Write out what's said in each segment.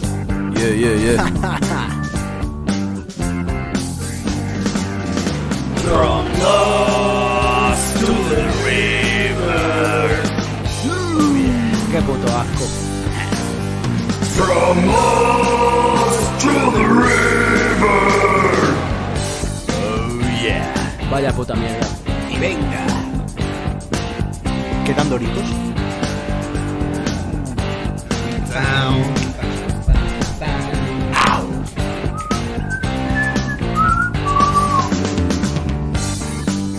Yeah, yeah, yeah. From lost to the river. Qué puto asco. From lost to the river. Oh yeah. Vaya puta mierda. Y venga. ¿Quedan doritos?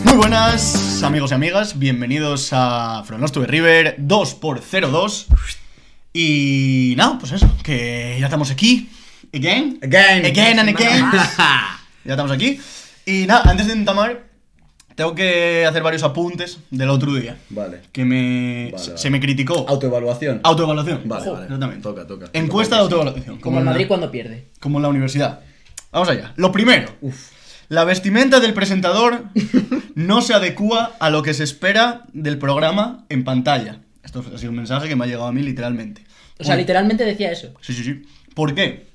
Muy buenas amigos y amigas, bienvenidos a From Lost to the River 2x02 Y nada, pues eso, que ya estamos aquí Again Again. Again and again Ya estamos aquí Y nada, antes de entamar Tengo que hacer varios apuntes del otro día Vale. Que me... Vale, se, vale. se me criticó Autoevaluación. Autoevaluación Vale, Ojo, vale. exactamente. Toca, toca. Encuesta de autoevaluación Como el en la- Madrid cuando pierde. como en la universidad. Vamos allá. Lo primero. Uf. La vestimenta del presentador no se adecua a lo que se espera del programa en pantalla. Esto ha sido un mensaje que me ha llegado a mí literalmente. O sea, Por- literalmente decía eso. Sí, sí, sí. ¿Por qué?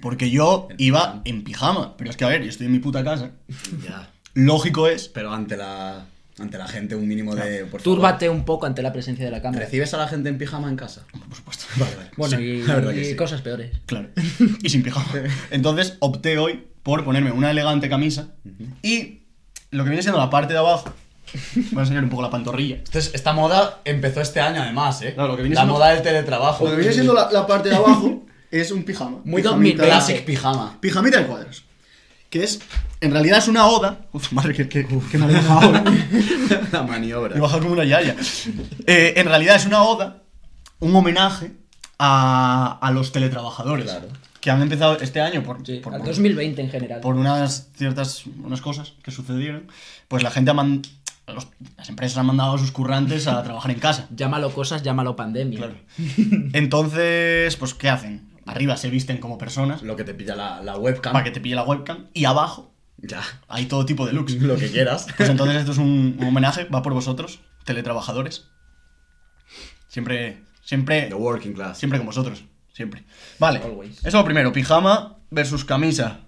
Porque yo iba en pijama. Pero es que, a ver, yo estoy en mi puta casa. Ya. Lógico es. Pero ante la, ante la gente un mínimo de... Por favor. Túrbate un poco ante la presencia de la cámara. ¿Recibes a la gente en pijama en casa? Por supuesto. Vale, vale. Bueno, Sí, y, la verdad que y sí. cosas peores. Claro. Y sin pijama. Entonces opté hoy por ponerme una elegante camisa y lo que viene siendo la parte de abajo. Voy a enseñar un poco la pantorrilla. Esto es- esta moda empezó este año además, ¿eh? No, lo que viene la siendo- moda del teletrabajo. Lo que viene siendo la, la parte de abajo es un pijama. Muy Pijamita- 2020. Classic pijama. Pijamita de cuadros. Que es, en realidad es una oda. Uf, madre, que, que, que me la he dejado. la maniobra. Me he bajado como una yaya. Eh, en realidad es una oda, un homenaje a, a los teletrabajadores. Claro. Que han empezado este año por, Sí, por- al por- 2020 en general. por unas ciertas unas cosas que sucedieron, pues la gente ha man- los- las empresas han mandado a sus currantes a trabajar en casa. Llámalo cosas, llámalo pandemia. Claro. Entonces, pues ¿qué hacen? Arriba se visten como personas Lo que te pilla la, la webcam. para que te pille la webcam y abajo Ya. hay todo tipo de looks. Lo que quieras. Pues entonces esto es un, un homenaje, va por vosotros, teletrabajadores. Siempre siempre The working class. siempre con vosotros, siempre. Vale. Always. Eso lo primero, pijama versus camisa.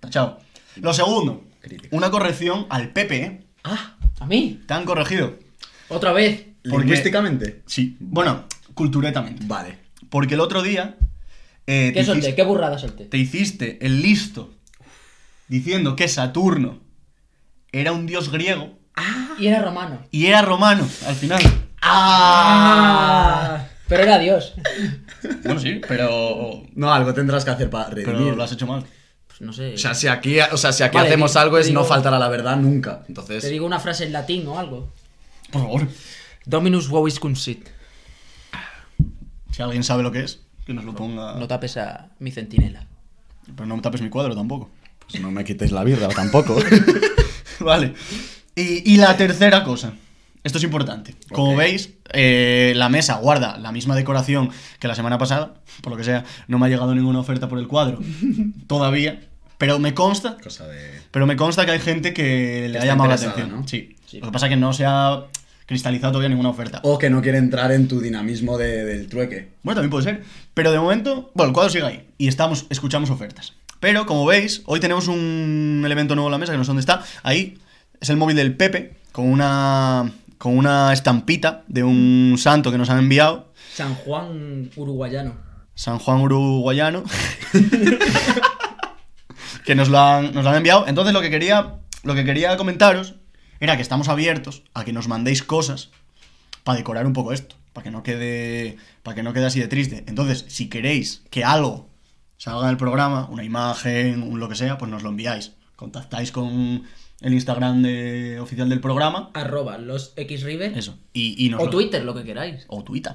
Tachao. Lo segundo, Crítica. una corrección al ¿eh? PP. Ah, a mí. Te han corregido. Otra vez. Porque- Lingüísticamente. Sí. Bueno, culturetamente. Vale. Porque el otro día eh, ¿Qué te, solté? hiciste, ¿Qué burrada solté? te hiciste el listo diciendo que Saturno era un dios griego Y era romano. y era romano al final. Ah. Pero era Dios. Bueno, sí, pero, No, algo tendrás que hacer para redimir. pero lo has hecho mal. Pues no sé. O sea, si aquí, o sea, si aquí Vale, hacemos te- algo te es digo- no faltar a la verdad nunca. Te Entonces, digo una frase en latín o algo. Por favor, Dominus vovis sit si alguien sabe lo que es, que nos lo ponga. No tapes a mi centinela. Pero no me tapes mi cuadro tampoco. pues no me quitéis la birra tampoco. Vale. Y, y la tercera cosa. Esto es importante. Como Ok. veis, eh, la mesa guarda la misma decoración que la semana pasada. Por lo que sea, no me ha llegado ninguna oferta por el cuadro. todavía. Pero me consta. Cosa de. Pero me consta que hay gente que le está ha llamado la interesada, atención. ¿no? Sí. Sí. Lo que pasa es que no se ha cristalizado todavía ninguna oferta. O que no quiere entrar en tu dinamismo de- del trueque. Bueno, también puede ser. Pero de momento, bueno, el cuadro sigue ahí. Y estamos, escuchamos ofertas. Pero, como veis, hoy tenemos un elemento nuevo en la mesa que no sé dónde está. Ahí es el móvil del Pepe con una, con una estampita de un santo que nos han enviado. San Juan uruguayano. San Juan Uruguayano. que nos lo, han, nos lo han enviado. Entonces, lo que, quería, lo que quería comentaros era que estamos abiertos a que nos mandéis cosas para decorar un poco esto. Para que, no quede, para que no quede así de triste. Entonces, si queréis que algo salga del programa, una imagen, un lo que sea, pues nos lo enviáis. Contactáis con el Instagram de- oficial del programa. Arroba los xriver. Eso. Y, y nos O lo- Twitter, lo que queráis. O Twitter.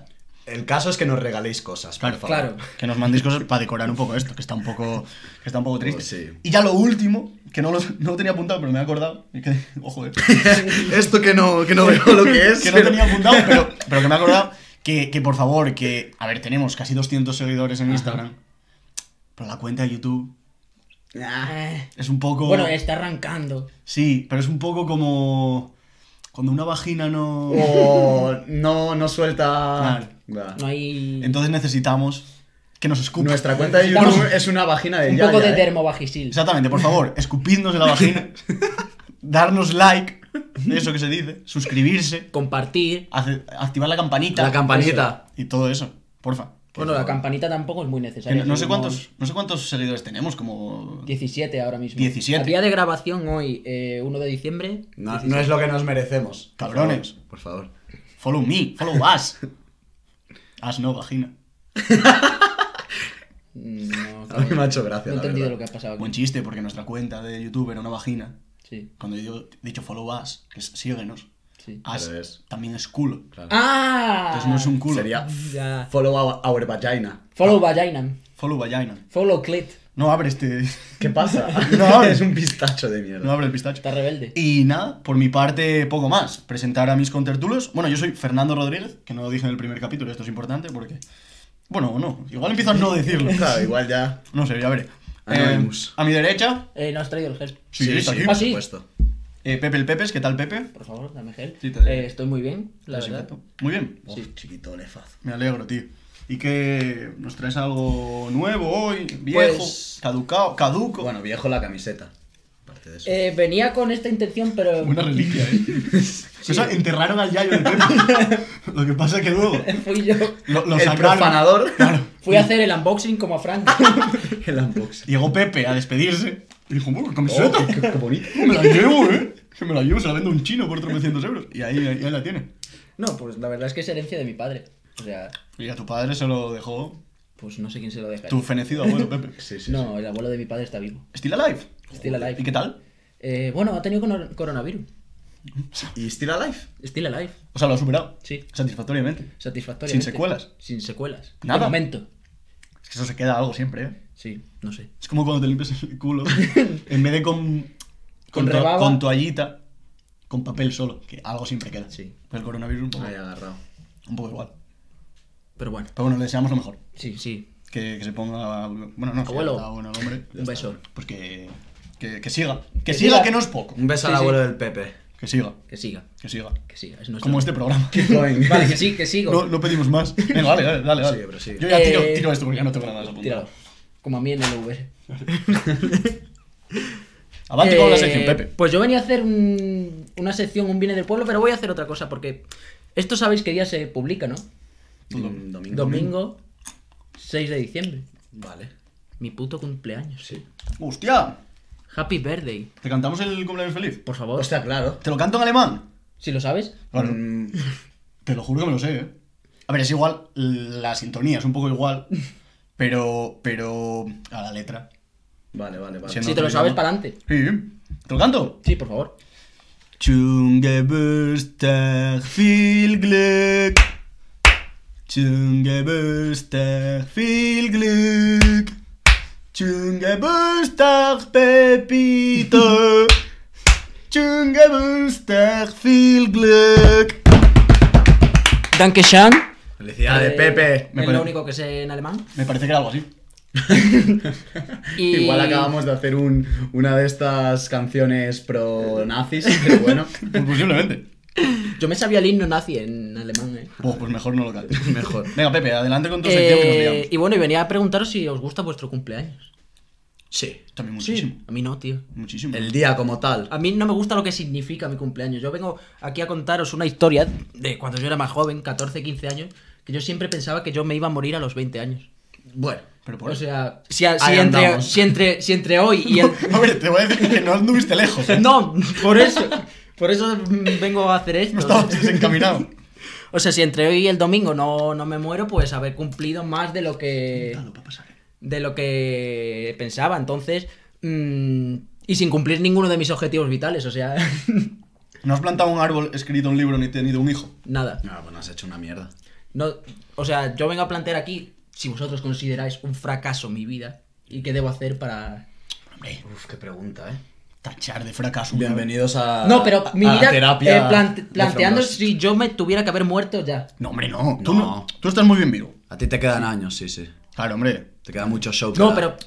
El caso es que nos regaléis cosas, Claro, por favor. Claro. Que nos mandéis cosas para decorar un poco esto, que está un poco, que está un poco triste. Pues sí. Y ya lo último, que no lo, no lo tenía apuntado, pero me he acordado. y que- ojo, eh, Esto que no, que no veo lo que es. que no tenía apuntado, pero, pero que me he acordado. Que, que por favor, que. A ver, tenemos casi 200 seguidores en Instagram. Pero la cuenta de YouTube Eh, es un poco. Bueno, está arrancando. Sí, pero es un poco como. Cuando una vagina no. Oh. O no, no suelta. Claro. Va. No hay. Entonces necesitamos que nos escupa. Nuestra cuenta de Estamos- YouTube es una vagina de Un ya. poco ya, de ¿eh? termobajisil. Exactamente, por favor, escupidnos en la vagina, darnos like, eso que se dice, suscribirse, Compartir. hace- activar la campanita. La campanita. Y todo eso, porfa. Bueno, la campanita tampoco es muy Que necesaria. no, no sé tenemos cuántos, no sé cuántos seguidores tenemos, como... 17 ahora mismo. 17. A día de grabación hoy, eh, 1 de diciembre. No, no es lo que nos merecemos. por Cabrones. favor, Por favor. Follow me, follow us. As no, vagina. No, A mí me ha hecho gracia. no he la verdad. entendido lo que ha pasado aquí. Buen chiste, porque nuestra cuenta de YouTube era una vagina. Sí, Cuando yo digo- he dicho follow us, que es síguenos, sí. as Pero es- también es culo. ¡Ah! Entonces no es un culo. Sería Ya. follow our, our vagina. Follow vagina. Follow vagina. Follow clit. No abre este... ¿Qué pasa? No, es un pistacho de No mierda. abre el pistacho. Está rebelde. Y nada, por mi parte, poco más. Presentar a mis contertulos. Bueno, yo soy Fernando Rodríguez, que no lo dije en el primer capítulo, esto es importante porque. Bueno, o no. Igual empiezo a no decirlo. Claro, igual ya. No sé, ya veré. Anonymous. Eh, a mi derecha, Eh, no has traído el gel. Sí, está aquí. Ah, por sí. supuesto. eh, Pepe el Pepes. ¿Qué tal, Pepe? Por favor, dame gel. Sí, te doy. Eh, estoy muy bien, la verdad. Desinfecto. Muy bien. Uf, Oh, chiquito lefaz. Me alegro, tío. ¿Y que nos traes algo nuevo hoy? ¿Viejo? Pues- ¿Caducado? ¿Caduco? Bueno, viejo la camiseta. Aparte de eso. Eh, venía con esta intención, pero Buena reliquia, ¿eh? O sea, enterraron al Yayo del Pepe. lo que pasa es que luego fui yo. lo, lo el sacaron. profanador. Claro. Fui a hacer el unboxing como a Franco. el unboxing. Llegó Pepe a despedirse y dijo, bueno, camiseta. Oh, qué- qué- qué bonito. Me la llevo, ¿eh? Que me la llevo, se la vendo a un chino por 300 euros. Y ahí, ahí la tiene. No, pues la verdad es que es herencia de mi padre. O sea, Y a tu padre se lo dejó pues no sé quién se lo deja. tu fenecido abuelo, Pepe. Sí, sí. No, el abuelo de mi padre está vivo. Still alive. Still alive. ¿Y qué tal? Eh, bueno, ha tenido cono- coronavirus. sí. ¿Y Still Alive? Still alive. O sea, lo ha superado. Sí. Satisfactoriamente. Satisfactorio. Sin secuelas. Sin secuelas. Nada. De momento. Es que eso se queda algo siempre, ¿eh? Sí, no sé. Es como cuando te limpias el culo. en vez de con. Con to- rebaba. con toallita. Con papel solo. Que algo siempre queda. Sí. Ah, Pero el coronavirus un poco, Ahí agarrado. un poco igual. Pero bueno, Pero bueno, le deseamos lo mejor. sí, sí. Que, que se ponga. Bueno, no, Abuelo. si ya está bueno el hombre. Un beso. Pues que, que, que siga. Que, Que siga, siga. que no es poco. Un beso Sí, al sí. abuelo del Pepe. Que siga, Que siga. que siga. Que siga. Es nuestro- Como este programa. Going. Vale, que sí, que sigo. No, no pedimos más. Venga, dale, dale, dale. dale. Sigue, pero sigue. Yo ya tiro, Eh, tiro esto porque ya no tengo nada más apuntado. Tíralo. Como a mí en el Uber. Avante con la Eh, sección, Pepe. Pues yo venía a hacer un- una sección, un Viene del Pueblo, pero voy a hacer otra cosa porque esto sabéis qué día se publica, ¿no? Dom- Domingo. Domingo 6 de diciembre. Vale. Mi puto cumpleaños. Sí. ¡Hostia! Happy birthday. ¿Te cantamos el cumpleaños feliz? Por favor. O sea, claro. ¿Te lo canto en alemán? si lo sabes. Claro. Mm, Te lo juro que me lo sé, ¿eh? A ver, es igual, la sintonía es un poco igual, pero. pero. a la letra. Vale, vale, vale. Sí, No, si te lo no, sabes, no. para adelante. Sí. ¿Te lo canto? Sí, por favor. Zum Geburtstag viel Glück. Zum Geburtstag viel Glück. Zum Geburtstag, Pepito. Zum Geburtstag viel Glück. Danke Sean. Felicidades, Pepe. Me Eh, es parece- lo único que sé en alemán. Me parece que era algo así. Y... Igual acabamos de hacer un, una de estas canciones pro nazis, pero bueno. Pues posiblemente. Yo me sabía el himno nazi en alemán, eh. Oh, pues mejor no lo cantes. Mejor. Venga, Pepe, adelante con tu sección que nos Eh, liamos. y bueno, y venía a preguntaros si os gusta vuestro cumpleaños. Sí. También muchísimo. A mí no, tío. Muchísimo. El día como tal. A mí no me gusta lo que significa mi cumpleaños. Yo vengo aquí a contaros una historia de cuando yo era más joven, 14, 15 años, que yo siempre pensaba que yo me iba a morir a los 20 años. Bueno. Pero por O eso. sea, si, a- si Ahí entre, andamos. si, entre, si entre hoy y el... A ver, te voy a decir que no anduviste lejos. ¿eh? No, por eso. Por eso mm, vengo a hacer No esto. estabas desencaminado. O sea, si entre hoy y el domingo no, no me muero, pues haber cumplido más de lo que... De lo que pensaba. Entonces... mm, y sin cumplir ninguno de mis objetivos vitales. O sea, No has plantado un árbol, escrito un libro ni tenido un hijo. nada. Ah, pues No, bueno, has hecho una mierda. No, o sea, yo vengo a plantear aquí si vosotros consideráis un fracaso mi vida y qué debo hacer para. Hombre, Uf, qué pregunta, eh. tachar de fracaso. Bienvenidos a. No, pero a- mi a la vida terapia eh, plant- de planteando Frontdoors. si yo me tuviera que haber muerto ya. No, hombre, no. Tú, No. no- tú estás muy bien vivo. A ti te quedan años, sí, sí. Claro, hombre. Te queda mucho show. que No, dar. pero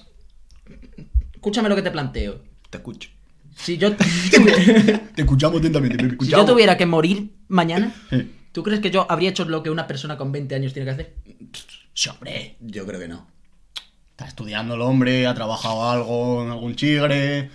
escúchame lo que te planteo. Te escucho. Si yo tuviera, Te escuchamos atentamente. Pepe. si yo tuviera que morir mañana, Sí. ¿tú crees que yo habría hecho lo que una persona con 20 años tiene que hacer? Sí, hombre. Yo creo que no. estudiando el hombre, ha trabajado algo en algún chigre,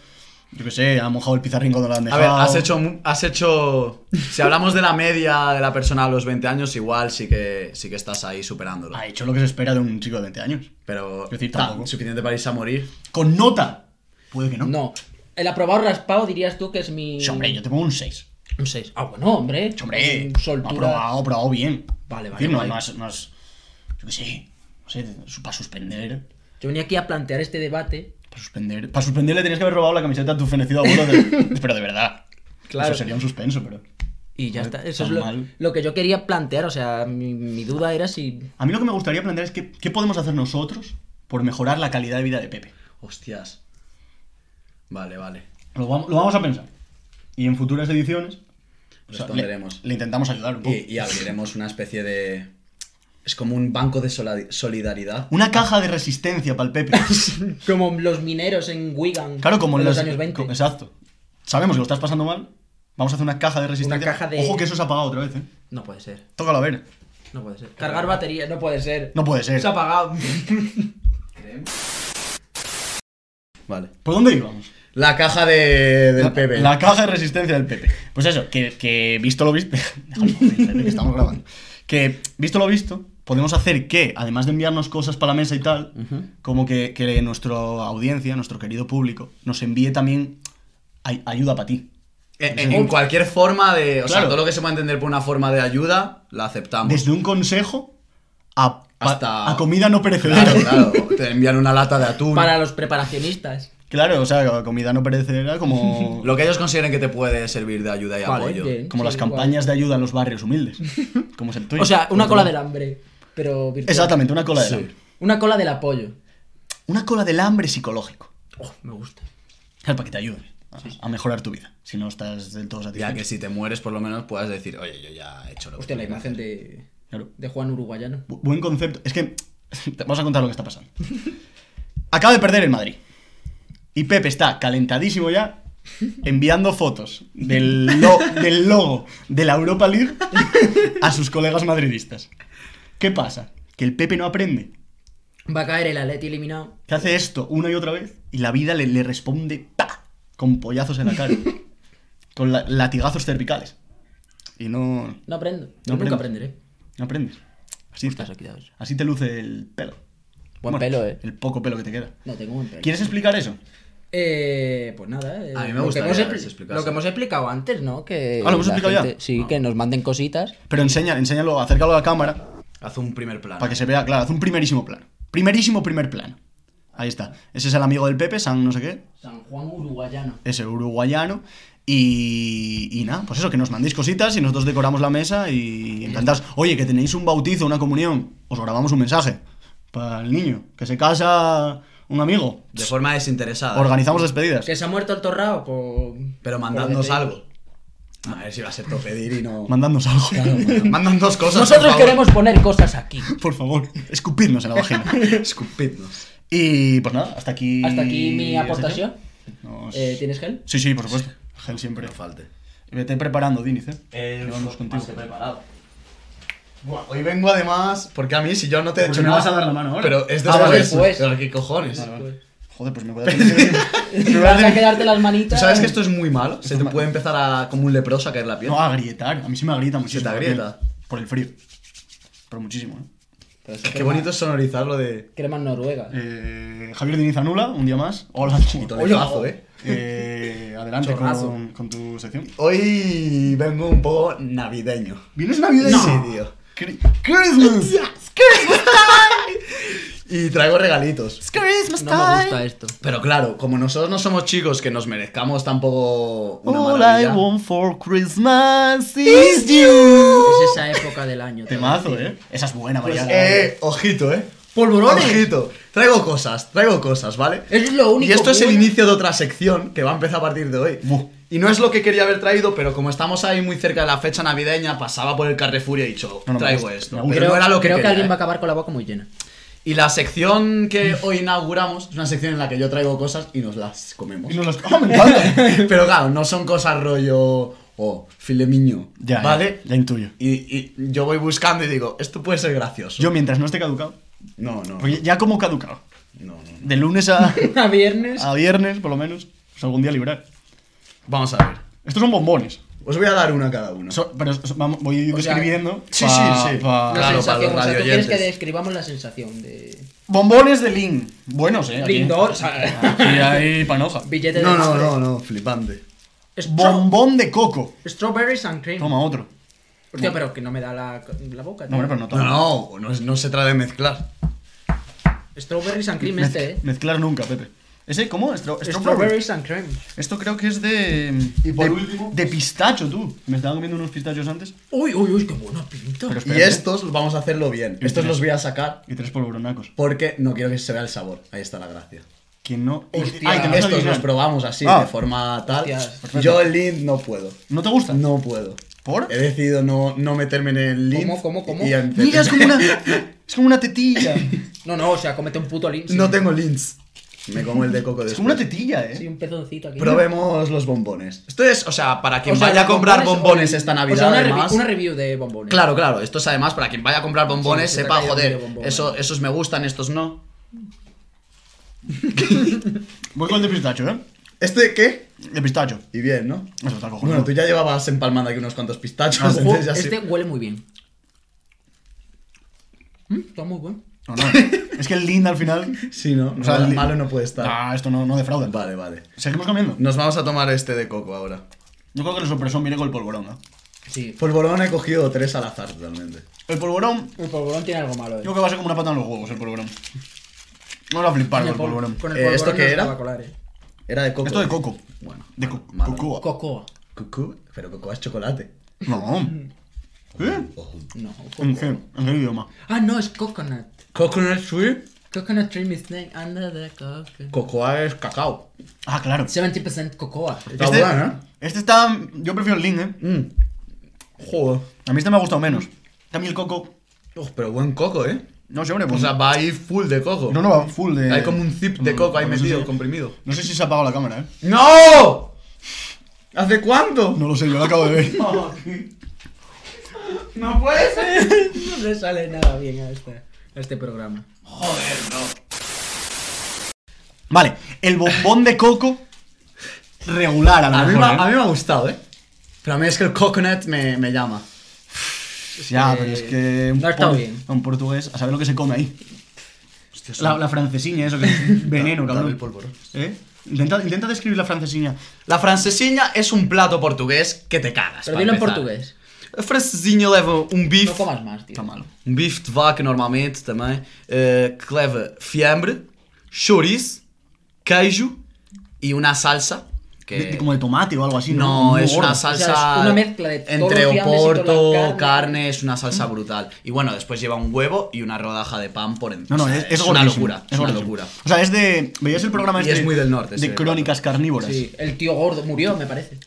yo qué sé, ha mojado el pizarrín cuando lo han A dejado. ver, has hecho, mu- has hecho. Si hablamos de la media de la persona a los 20 años, igual sí que, sí que estás ahí superándolo. Ha hecho lo que se espera de un chico de 20 años. Pero Es decir, ta- tampoco. suficiente para irse a morir. Con nota. Puede que no. No. El aprobado raspado dirías tú que es mi. Sí, hombre, yo te pongo un 6. Un 6. Ah, bueno, hombre. Hombre, Un ha Soltura. probado, ha probado bien. Vale, vale, Es decir, no, vale. no has- no has- Yo qué sé. No sé, su- para suspender. Yo venía aquí a plantear este debate. Para suspender. Para suspender le tenías que haber robado la camiseta a tu fenecido abuelo. de- pero de verdad. Claro. Eso sería un suspenso, pero. Y ya Joder, está. Eso tan es lo, mal. lo que yo quería plantear. O sea, mi, mi duda era si. A mí lo que me gustaría plantear es que, qué podemos hacer nosotros por mejorar la calidad de vida de Pepe. Hostias. Vale, vale. Lo vamos, lo vamos a pensar. Y en futuras ediciones. o sea, le, Responderemos. le intentamos ayudar un poco. Y, y abriremos una especie de. Es como un banco de sola- solidaridad. Una caja de resistencia para el Pepe. Como los mineros en Wigan. Claro, como en en los las- años 20. co- Exacto. Sabemos que lo estás pasando mal. Vamos a hacer una caja de resistencia. Una caja de- Ojo que eso se ha apagado otra vez, ¿eh? No puede ser. Tócalo a ver. No puede ser. Cargar batería, no puede ser. No puede ser. Se ha apagado. Vale. ¿Por dónde íbamos? La caja de, del la, Pepe. la caja de resistencia del Pepe. Pues eso, que, que visto lo visto. Déjame, Pepe, que estamos grabando. Que visto lo visto, podemos hacer que, además de enviarnos cosas para la mesa y tal, como que, que nuestra audiencia, nuestro querido público, nos envíe también ay- ayuda para ti. En, en- en cualquier forma de. O sea, Claro. todo lo que se pueda entender por una forma de ayuda, la aceptamos. Desde un consejo a, pa- Hasta- a comida no perecedera. Claro, claro. Te envían una lata de atún. Para los preparacionistas. Claro, o sea, comida no perecedera como, Lo que ellos consideren que te puede servir de ayuda y Vale, apoyo. bien. como Sí, las igual. campañas de ayuda en los barrios humildes, como es el tuyo. O sea, una Otro- cola del hambre. Pero virtual. Exactamente, una cola del Sí. hambre. Una cola del apoyo. Una cola del hambre psicológico. Oh, me gusta. Claro, para que te ayude a, a mejorar tu vida, si no estás del todo satisfecho. Ya que si te mueres, por lo menos puedas decir, oye, yo ya he hecho lo que Hostia, la tenía que imagen hacer". de, Claro. de Juan Uruguayano. Bu- Buen concepto. Es que te vamos a contar lo que está pasando. Acaba de perder el Madrid. Y Pepe está calentadísimo ya enviando fotos del, lo- del logo de la Europa League a sus colegas madridistas. ¿Qué pasa? Que el Pepe no aprende. Va a caer el Atleti eliminado. Que hace esto una y otra vez y la vida le, le responde ¡pa! con pollazos en la cara. con la- latigazos cervicales. Y no, No aprendo. No Nunca aprendes. aprenderé. no aprendes. Así, Estás aquí, ¿sabes? así te luce el pelo. Buen pelo, eh. El poco pelo que te queda. No tengo un pelo. ¿Quieres explicar eso? Eh, pues nada, eh, A mí me lo que gustaría hemos que expli- les explicase. Lo que hemos explicado antes, ¿no? Que Ah, ¿lo hemos la explicado ya? Sí, que nos manden cositas. Pero enseña, enséñalo, acércalo a la cámara Haz un primer plano. para que se vea, claro, haz un primerísimo plano. Primerísimo primer plano. Ahí está. Ese es el amigo del Pepe, San no sé qué, San Juan Uruguayano. ese uruguayano. Y, y nada, pues eso, que nos mandéis cositas y nosotros decoramos la mesa y encantados. Oye, que tenéis un bautizo, una comunión, os grabamos un mensaje para el niño, que se casa un amigo. De forma desinteresada. Organizamos despedidas. ¿Que se ha muerto el torrao? Pues... Pero mandándonos algo. A ver si va a ser todo pedir y no. Mandándonos algo. Mandan dos cosas. Nosotros por favor. queremos poner cosas aquí. Por favor, escupidnos en la vagina. Escupidnos. Y pues nada, hasta aquí. Hasta aquí mi ¿Has aportación. hecho? Pues Nos- Eh, ¿Tienes gel? Sí, sí, por supuesto. Gel siempre. No falte. Vete preparando, Diniz, ¿eh? Que vamos contigo. hoy vengo además. Porque a mí, si yo no te he Porque hecho me nada. vas a dar la mano ahora. Pero es Ah, vale, después. pues. Pero qué cojones. Joder, pues me voy a tener- me voy a Vas a tener- quedarte las ¿Tú manitas. sabes que esto es muy malo? Se es te malo. puede empezar a. como un leproso a caer la piel. No, a agrietar. A mí sí me agrieta muchísimo. te la piel. agrieta. Por el frío. Pero muchísimo, ¿eh? Pero eso Qué crema- bonito es sonorizar lo de. Crema en Noruega. Eh, Javier Diniz anula, un día más. Hola, Quito Oye, de fazo, eh. eh, adelante Chorrazo. con, con tu sección. Hoy vengo un poco navideño. ¿Vienes Navidad? Sí, tío. Christmas. Y traigo regalitos. No me gusta esto. Pero claro, como nosotros no somos chicos que nos merezcamos tampoco una All I maravilla. want for Christmas is you. Es esa época del año. Temazo, ¿eh? Esa es buena, Pues, María. eh, ojito, eh. ¡Polvorones! Ojito. Traigo cosas, traigo cosas, ¿vale? Es lo único Y esto es el bueno. inicio de otra sección que va a empezar a partir de hoy. Bu. Y no es lo que quería haber traído, pero como estamos ahí muy cerca de la fecha navideña, pasaba por el Carrefour y he dicho, No, no, me traigo gusta, esto. me Pero gusta. no era lo que creo quería, que alguien eh. va a acabar con la boca muy llena. Y la sección que hoy inauguramos es una sección en la que yo traigo cosas y nos las comemos. Y no las... ¡Ah, me encanta! Pero claro, no son cosas rollo o filet mignon, ya, ¿vale? ya, ya intuyo. Y, y yo voy buscando y digo, esto puede ser gracioso. Yo, mientras no esté caducado, No, no. Porque ya como caducado. No, no. De lunes a, A viernes. a viernes, por lo menos. Pues algún día librar. Vamos a ver. Estos son bombones. Os voy a dar una a cada uno. So- pero so- vamos- voy O sea, describiendo. sí, sí, sí. La Claro, para los sensación, o sea, tú quieres radioyentes. que describamos la sensación de. Bombones de Lin. Buenos, eh. aquí. Lindor, o sea, Aquí hay panoja. billete No, de. no, cobre. no, no, flipante. Stro- Bombón de coco. Strawberries and cream. Toma otro. Hostia, pero que no me da la, la boca. No, tío. hombre, pero No, no toma. no, no, es- no se trata de mezclar. Strawberries and cream Mez- este, eh. Mezclar nunca, Pepe. ¿Ese cómo? Estro- strawberry. Strawberries and cream. Esto creo que es de. Y por de, último- De pistacho, tú. Me estaban comiendo unos pistachos antes. Uy, uy, uy, qué buena pinta. Pero Y Pues espérate. estos los vamos a hacerlo bien. Estos los voy a sacar Y tres polvoronacos. porque no quiero que se vea el sabor. Ahí está la gracia. Que no. y- Hostia, ay, te vas a Estos adivinar. los probamos así, Ah. de forma tal. Hostias. Perfecto. Yo el Lind no puedo. ¿No te gusta? No puedo. ¿Por? He decidido no, no meterme en el Lind. ¿Cómo, cómo, cómo? y en- Mira, es como una. Es como una tetilla. Es No, no, o sea, comete un puto lince. No tengo Linds. Me como el de coco después. como una tetilla, eh. Sí, un pezoncito aquí. Probemos los bombones. Esto es, o sea, para quien O sea, vaya a los comprar bombones, o- esta o Navidad, sea, una, revi- además. una review de bombones. Claro, claro. Esto es además para quien vaya a comprar bombones, Sí, se sepa, trata de joder, un bombón, eso, ¿eh? esos me gustan, estos no. Voy con el de pistacho, eh. ¿Este qué? De pistacho. Y bien, ¿no? Eso está cojonudo. Bueno, tú ya llevabas empalmando aquí unos cuantos pistachos, Ojo, entonces ya sí. este huele muy bien. Mm, está muy bueno. No, no. Es que el Lind al final. Sí, ¿no? O sea, Nada el- malo no puede estar. Ah, esto no, no defrauda. Vale, vale. Seguimos comiendo. Nos vamos a tomar este de coco ahora. Yo creo que el sorpresón viene con el polvorón, ¿no? Sí. Polvorón he cogido tres al azar totalmente. El polvorón, El polvorón tiene algo malo, eh. yo creo que va a ser como una pata en los huevos, el polvorón. No lo a flipar con el pol- polvorón. con Eh, ¿esto polvorón qué no se era? va a colar, eh. Era de coco. Esto de coco. Bueno, De malo, co- malo. cocoa. Cocoa. Coco, pero cocoa es chocolate. No. Mm. ¿Eh? No, ¿En cocoa. qué? ¿En qué idioma? Ah, no, es coconut. Coconut sweet. Coconut tree mistake under the coconut. Cocoa es cacao. Ah, claro. 70% cocoa. Está ¿eh? bueno, este está. Yo prefiero el Lin, ¿eh? Mm. Joder. A mí este me ha gustado menos. También el coco. Uf, pero buen coco, ¿eh? No sé, hombre, O pues. sea, va ahí full de coco. no, no va full de. Hay eh, como un zip de coco ahí no sé metido, si- comprimido. No sé si se ha apagado la cámara, ¿eh? ¡No! ¿Hace cuánto? No lo sé, yo la acabo de ver. No puede ser. No le sale nada bien a este, a este programa. Vale, el bombón de coco. Regular, a lo A mí, me, mejor. ¿eh? a mí me ha gustado, ¿eh? Pero a mí es que el coconut me, me llama. Ya, Eh, pero es que. un no ha estado por- bien. Un portugués, a saber lo que se come ahí. Hostia, La, la francesiña, eso que es veneno, Dame cabrón. el polvorón. ¿Eh? Intenta, intenta describir la francesiña. La francesiña es un plato portugués que te cagas. Pero para dilo en empezar. portugués. A francesinha leva um bife, No comas más, tío. Está malo. um bife de vaca normalmente também, eh, que leva fiambre, chouriço, queijo e uma salsa. Que De- de- como de tomate o algo así, ¿no? No, Muy es gordo. una sea, es salsa. una mezcla de todos Entre los fiambres y oporto, toda carne. la carne. es una salsa brutal. Y bueno, después lleva un huevo y una rodaja de pan por encima. No, no, O sea, es, es una gordísimo, locura. es Es una gordísimo. locura. O sea, es de. ¿Veías el programa Y este? es muy del norte, De sí, crónicas carnívoras. Eh, Sí, el tío gordo murió, me parece.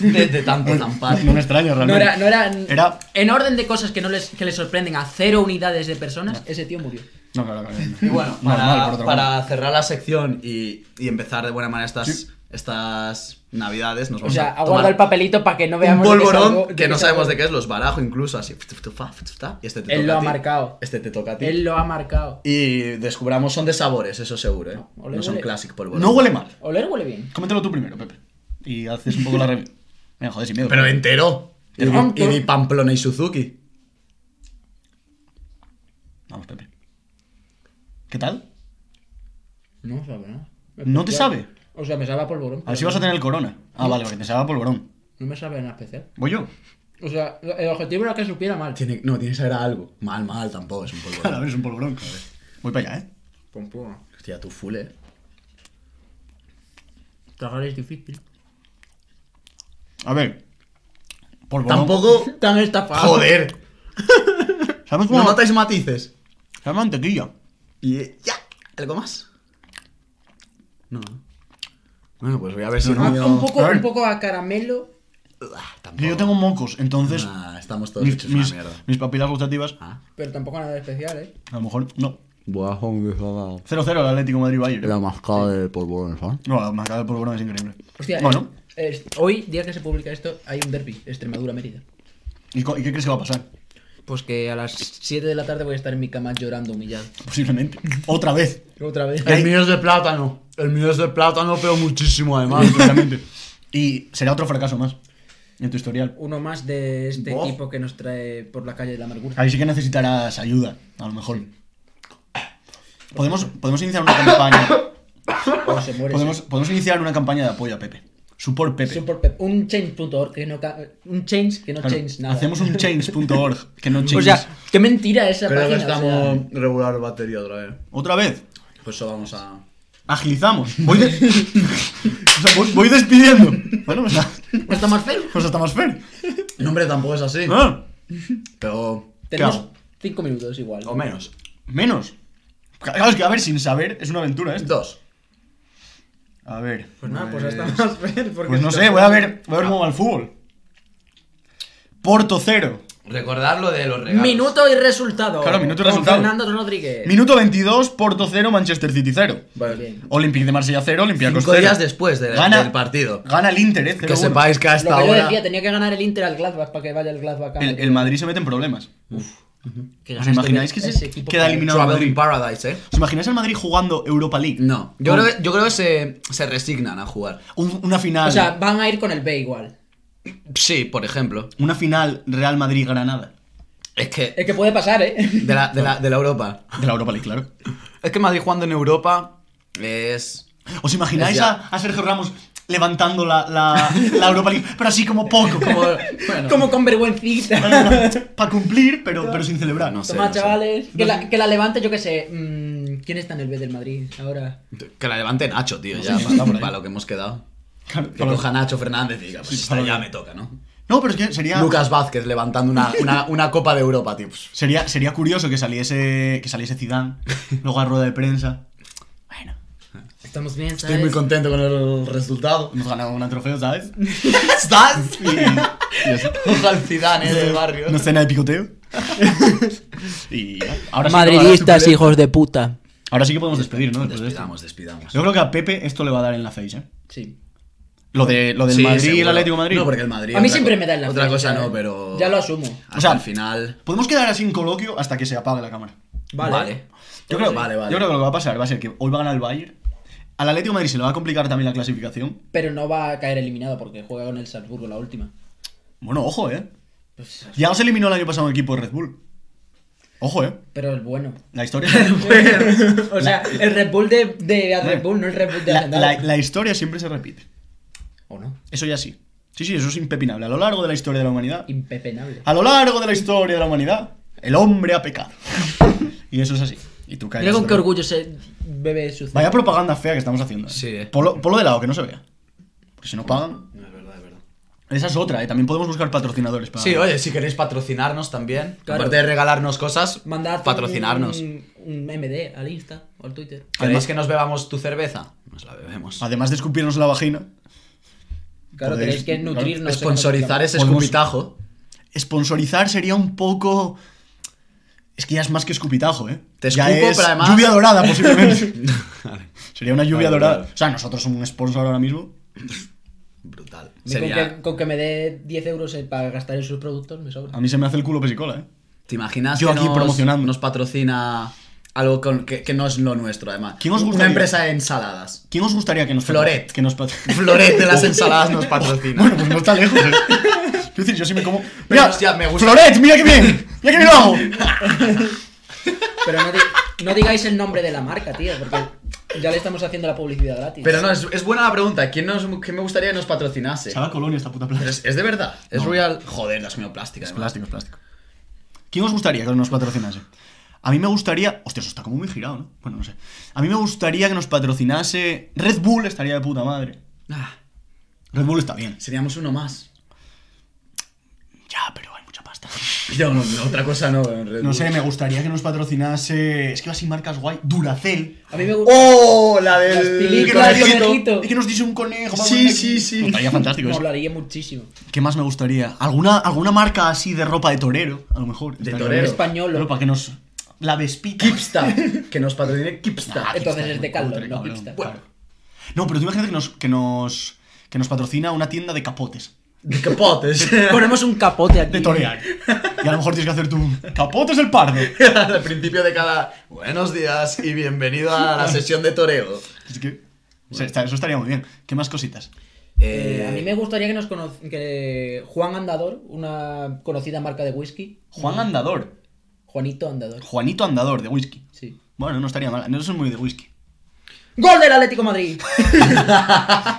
De, de tanto zampar. No me extraña, No realmente. era, no era, Era- En orden de cosas que no les, que le sorprenden a cero unidades de personas, ese tío murió. No, claro, claro. Y bueno, para, Normal, por otro para lado. cerrar la sección y, y empezar de buena manera estas, Sí. estas navidades, nos O vamos sea, a tomar aguarda el papelito para que no Pues Un veamos. de qué salgo- polvorón que de qué no salgo. sabemos de qué es, los barajo incluso, así. Y este te Él toca lo a ha ti. marcado. Este te toca a ti. Él lo ha marcado. Y descubramos, son de sabores, eso seguro, ¿eh? No, Ole, son ole. classic polvorón. No huele mal. Oler huele bien. Coméntalo tú primero, Pepe. Y haces un poco la review. Mira, joder, sin miedo. Pero entero. Y, Pero di- y entero. di Pamplona y Suzuki. Vamos, Pepe. ¿Qué tal? No sabe nada. ¿No te sabe? O sea, me sabe a polvorón. A ver si pero vas a tener el corona. Ah, vale, porque pensaba polvorón. No me sabe a nada especial. ¿Voy yo? O sea, el objetivo era que supiera mal. Tiene, no, tiene que saber a algo. Mal, mal, tampoco es un Claro, a polvorón. ver, es un polvorón. Voy para allá, ¿eh? Pum, pum. Hostia, tú full, ¿eh? Tragar Este es difícil. A ver. Polvorón. Tampoco. Tan estafado. Joder. ¿Sabes No cómo? notáis matices. Sabe a mantequilla. Y ya. ¿Algo más? No. Bueno, pues voy a ver si Ah, no. un, poco, A ver. un poco a caramelo. Ah, tampoco. Que yo tengo mocos, entonces. Ah, estamos todos mis, hechos una mis- mierda. mis papilas gustativas, Ah. Pero tampoco nada especial, ¿eh? a lo mejor. No. Buah, hombre, 0-0 el Atlético Madrid-Bayern. mascada de polvorón, ¿sabes? No, la marca del polvorón es increíble. Hostia, Bueno, eh, eh, hoy, día que se publica esto, hay un derby, Extremadura-Mérida. ¿y, co- y qué crees que va a pasar? Pues que a las 7 de la tarde voy a estar en mi cama llorando humillado. Posiblemente. Otra vez. Otra vez. El mío es de plátano. El mío es de plátano, pero muchísimo además. Seguramente. Y será otro fracaso más en tu historial. Uno más de este Bof. equipo que nos trae por la calle de la amargura. Ahí sí que necesitarás ayuda, a lo mejor. Podemos, podemos iniciar una campaña. O se muere. Podemos, podemos iniciar una campaña de apoyo a Pepe. Support sí. Pepe. Super Pep. Un change.org que no ca- un change que no Claro, change nada. Hacemos un change.org que no change. O sea, qué mentira esa Creo que página. o sea. estamos regular batería otra vez. Otra vez. Pues eso vamos a. Agilizamos. Voy, de- O sea, voy- voy despidiendo. Bueno, pues nada. ¿No está más feo? Pues hasta más fair. No, hombre, tampoco es así. Ah, Pero. Tenemos hago? 5 minutos igual. O menos. menos. Claro, es que a ver, sin saber, es una aventura esto. Dos. Eh, A ver. Pues nada, pues hasta más feo. porque Pues no esto- sé, voy a ver, voy a ver cómo va el fútbol. Porto cero. Recordar lo de los Minuto y resultado. Claro, minuto y Con resultado. Fernando Rodríguez. Minuto 22, Porto 0, Manchester City 0. Vale. Bien. Olympique de Marsella 0, Olympiacos Cinco 0. días después de- del partido. Gana el Inter, eh, 0-1. Que sepáis que a Lo esta que yo hora. decía, tenía que ganar el Inter al Gladbach para que vaya el Gladbach a El, el Madrid se mete en problemas. Que ¿Os gane imagináis que este- se ese equipo queda que- eliminado el Travel Madrid? in Paradise, ¿eh? ¿Os imagináis al Madrid jugando Europa League? No. Yo Con creo, yo creo que se, se resignan a jugar. un- una final. O sea, van a ir con el B igual. Sí, por ejemplo. una final Real Madrid-Granada. Es que. Es que puede pasar, ¿eh? De la, de la, de la Europa. De la Europa League, claro. Es que Madrid jugando en Europa es. ¿Os imagináis Ya. a, a Sergio Ramos levantando la, la- la Europa League? Pero así como poco. Como. Como, Bueno, Como con vergüencita. para cumplir, pero, pero sin celebrar. No sé. Toma, sé. chavales. Que, la, que la levante, yo qué sé. mm, ¿Quién está en el B del Madrid ahora? Que la levante Nacho, tío, ya. sé quién está Para, por ahí. para lo que hemos quedado. Claro, Que coja Nacho Fernández y diga, pues Sí, esta para ya lo- me toca, ¿no? No, pero es que sería. Lucas Vázquez levantando una, una, una Copa de Europa, tío. Pues, Sería, sería curioso que saliese que saliese Zidane, luego a rueda de prensa. Bueno, Estamos bien, ¿sabes? Estoy muy contento con el resultado. hemos ganado un trofeo, ¿sabes? ¿Estás? Y, y así. Ojalá el Zidane ¿eh? del barrio. Una escena de picoteo. y ya. ahora sí, ahora sí Madridistas, que- hijos de puta. Ahora sí que podemos despedir, ¿no? Después de esto. Despidamos, despidamos. Yo creo que a Pepe esto le va a dar en la face, ¿eh? Sí. Lo, de, lo del Sí, Madrid y el seguro. Atlético de Madrid. No, porque el Madrid. A mí otra siempre co- me da en la Otra frente, cosa ya- no, pero. ya lo asumo. Hasta O sea, el final. Podemos quedar así en coloquio hasta que se apague la cámara. Vale. Vale. Yo creo, Vale, vale. yo creo que lo que va a pasar va a ser que hoy va a ganar el Bayern. Al Atlético de Madrid se le va a complicar también la clasificación. Pero no va a caer eliminado porque juega con el Salzburgo la última. Bueno, ojo, ¿eh? Pues, Ya os eliminó el año pasado un equipo de Red Bull. Ojo, ¿eh? pero el bueno. La historia. o sea, el Red Bull de, de Red Bull, no el Red Bull de la, Hacendado. la- la historia siempre se repite. ¿O no? Eso ya sí. Sí, sí, eso es impepinable. A lo largo de la historia de la humanidad. Impepenable. A lo largo de la historia de la humanidad, el hombre ha pecado. y eso es así. Y tú caes. Mira con qué orgullo se bebe su Vaya propaganda fea que estamos haciendo. ¿eh? Sí, eh. Ponlo, ponlo de lado, que no se vea. Porque si no pagan. No, es verdad, es verdad. Esa es otra, ¿eh? También podemos buscar patrocinadores para. Sí, oye, si queréis patrocinarnos también, Claro. aparte de regalarnos cosas, Mandad patrocinarnos. Un, un MD al Insta o al Twitter. ¿Queréis que nos bebamos tu cerveza? Nos la bebemos. Además de escupirnos en la vagina, Claro, Podéis- tenéis que claro, nutrirnos. Sponsorizar ese Podemos- escupitajo. sponsorizar sería un poco. Es que ya es más que escupitajo, ¿eh? Te Ya escupo, es pero además- Lluvia dorada, posiblemente. Sería una lluvia Claro, dorada. claro. O sea, nosotros somos un sponsor ahora mismo. Brutal. Me- con, Sería. que, con que me dé 10 euros eh, para gastar en sus productos, me sobra. A mí se me hace el culo pesicola, ¿eh? ¿Te imaginas Yo que aquí nos, promocionando. nos patrocina algo con- que, que no es lo nuestro, además? ¿Quién os Una gustaría? empresa de ensaladas. ¿Quién os gustaría que nos patro- Floret. Que nos pat- Floret de las ensaladas nos patrocina. Bueno, pues no está lejos, ¿eh? Quiero decir, yo sí me como. Pero, ¡Mira! hostia, me gusta. ¡Floret! ¡Mira qué bien! ¡Mira qué bien lo hago! Pero no, di- no digáis el nombre de la marca, tío, porque ya le estamos haciendo la publicidad gratis. Pero no, es, es buena la pregunta. ¿Quién, nos, quién me gustaría que nos patrocinase? Estaba colonia esta puta Pero plástica. Es, es de verdad. Es No. real. Joder, las mioplásticas. Es plástico, es plástico. ¿Quién os gustaría que nos patrocinase? A mí me gustaría. Hostia, eso está como muy girado, ¿no? Bueno, no sé. A mí me gustaría que nos patrocinase. Red Bull estaría de puta madre. Red Bull está bien. Ah, seríamos uno más. Ya, pero hay mucha pasta. Yo, no, no, otra cosa no. en Red No Bull. sé, me gustaría que nos patrocinase. Es que así marcas guay. Duracel. A mí me gusta. ¡Oh! La Las del. Y que, películas. nos Claro, diese- conejito. y que nos diese un conejo. Sí, vamos, sí, aquí. sí. Estaría fantástico me eso. hablaría muchísimo. ¿Qué más me gustaría? ¿Alguna, alguna marca así de ropa de torero? A lo mejor. De Estaría torero. bien. Españolo. Claro, para que nos. La vespita. Kipsta. Que nos patrocine Nah, Kipsta. Kipsta Entonces es es muy de Caldo, cutre, no cabrón. Kipsta. Bueno. No, pero tú imagínate que nos, que nos. que nos patrocina una tienda de capotes. De capotas. Ponemos un capote aquí. de torear. Y a lo mejor tienes que hacer tú un capote es el pardo. Al principio de cada buenos días y bienvenido a la sesión de toreo. Es que, o sea, está- eso estaría muy bien. ¿Qué más cositas? Eh, a mí me gustaría que nos conoz- que Juan Andador, una conocida marca de whisky, Juan Andador. Juanito Andador. Juanito Andador, de whisky. Sí. Bueno, no estaría mal. No soy muy de whisky. Gol del Atlético Madrid.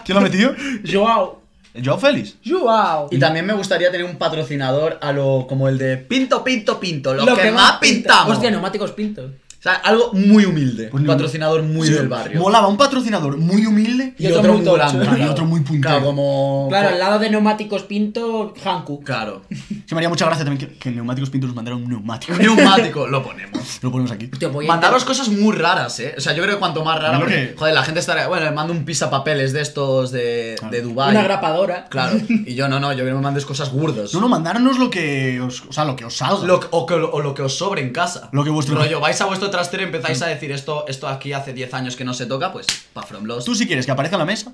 ¿Quién lo ha metido? Joao. Joao Félix. Joao. Y también me gustaría tener un patrocinador a lo como el de Pinto, Pinto, Pinto, lo, que, más pinta. pintamos. Hostia, neumáticos pintos. O sea, algo muy humilde. Pues un no. patrocinador muy Sí, del barrio. Molaba un patrocinador muy humilde Y otro muy volante, tocho. claro. Y otro muy puntero. Claro, como. Claro, co- al lado de neumáticos pinto, Hankook. Claro. Sí, me haría mucha gracia también que, que Neumáticos Pintos nos mandara un neumático. Neumático, lo ponemos. Lo ponemos aquí. pues- Te voy a Mandaros cosas muy raras, eh. O sea, yo creo que cuanto más rara. Yo porque, creo que- Joder, la gente estará. Bueno, le mando un pisapapeles de estos de, Claro. de Dubai. Una grapadora. Claro. Y yo no, no, yo creo que me mandes cosas burdas. No, no, mandarnos lo que os, o sea, lo que os salga. Lo que- o, que- o lo que os sobre en casa. Lo que vuestro- Rollo, vais a vuestro trastero y empezáis a decir esto, esto aquí hace 10 años que no se toca, pues, pa' From Lost. Tú si quieres que aparezca en la mesa,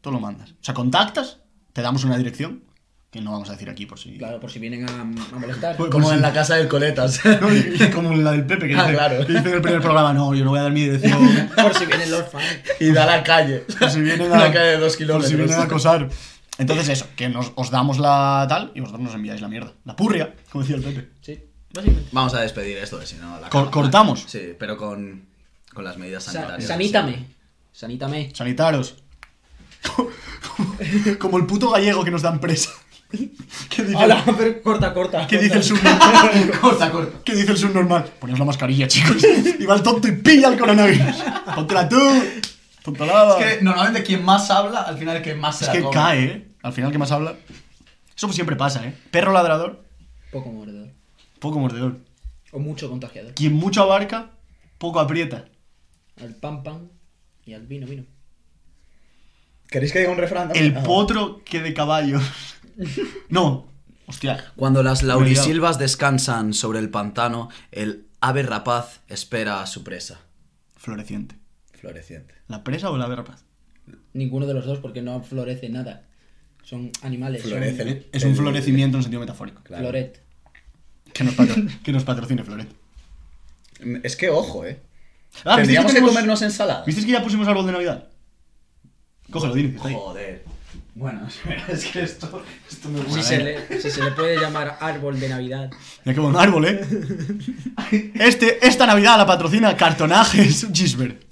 tú lo mandas. O sea, contactas, te damos una dirección, que no vamos a decir aquí por si... Claro, por si vienen a, a molestar. Pues- Como sí. en la casa del Coletas. No, y- y como la del Pepe que Ah, dice, claro. que dice en el primer programa, no, yo no voy a dar mi dirección. por si vienen los fans. y da a la calle. Por Pues si vienen a, Una calle de dos por kilómetros. si vienen a acosar. Entonces eso, que nos, os damos la tal y vosotros nos enviáis la mierda. La purria, como decía el Pepe. Sí, básicamente. Vamos a despedir esto, que si no. la Co- cama- cortamos. Sí, pero con, con las medidas Sa- sanitarias. sanítame. Sanítame. Sanitaros. Como el puto gallego que nos dan presa. ¿Qué dice, Hola, pero corta, corta. ¿qué dice el Sí. subnormal? corta, corta. ¿Qué dice el subnormal? Poneos la mascarilla, chicos. Y va el tonto y pilla el coronavirus. Póntela tú. Tontolada. Es que normalmente quien más habla, al final el que más se Es la que come. cae, ¿eh? Al final, que más habla? Eso pues siempre pasa, ¿eh? Perro ladrador, Poco mordedor. poco mordedor. O mucho contagiador. Quien mucho abarca, poco aprieta. Al pan pan y al vino vino. ¿Queréis que diga un refrán? El Ah. potro que de caballo. No. Hostia. Cuando las he liado. laurisilvas descansan sobre el pantano, el ave rapaz espera a su presa. Floreciente. Floreciente. ¿La presa o la ave rapaz? Ninguno de los dos porque no florece nada. Son animales. son- Florecen. Es un El- florecimiento en sentido metafórico. Claro. Floret. Que nos, patro- que nos patrocine Floret. Es que ojo, eh. Ah, ¿visteis Tendríamos que tenemos- comernos ensalada. ¿Visteis que ya pusimos árbol de Navidad? Cógelo, dime, que está ahí. Joder. Bueno, es que esto, esto me Si se, le, si se le puede llamar árbol de Navidad. Mira qué buen árbol, ¿eh? Este, esta Navidad la patrocina Cartonajes Gisbert.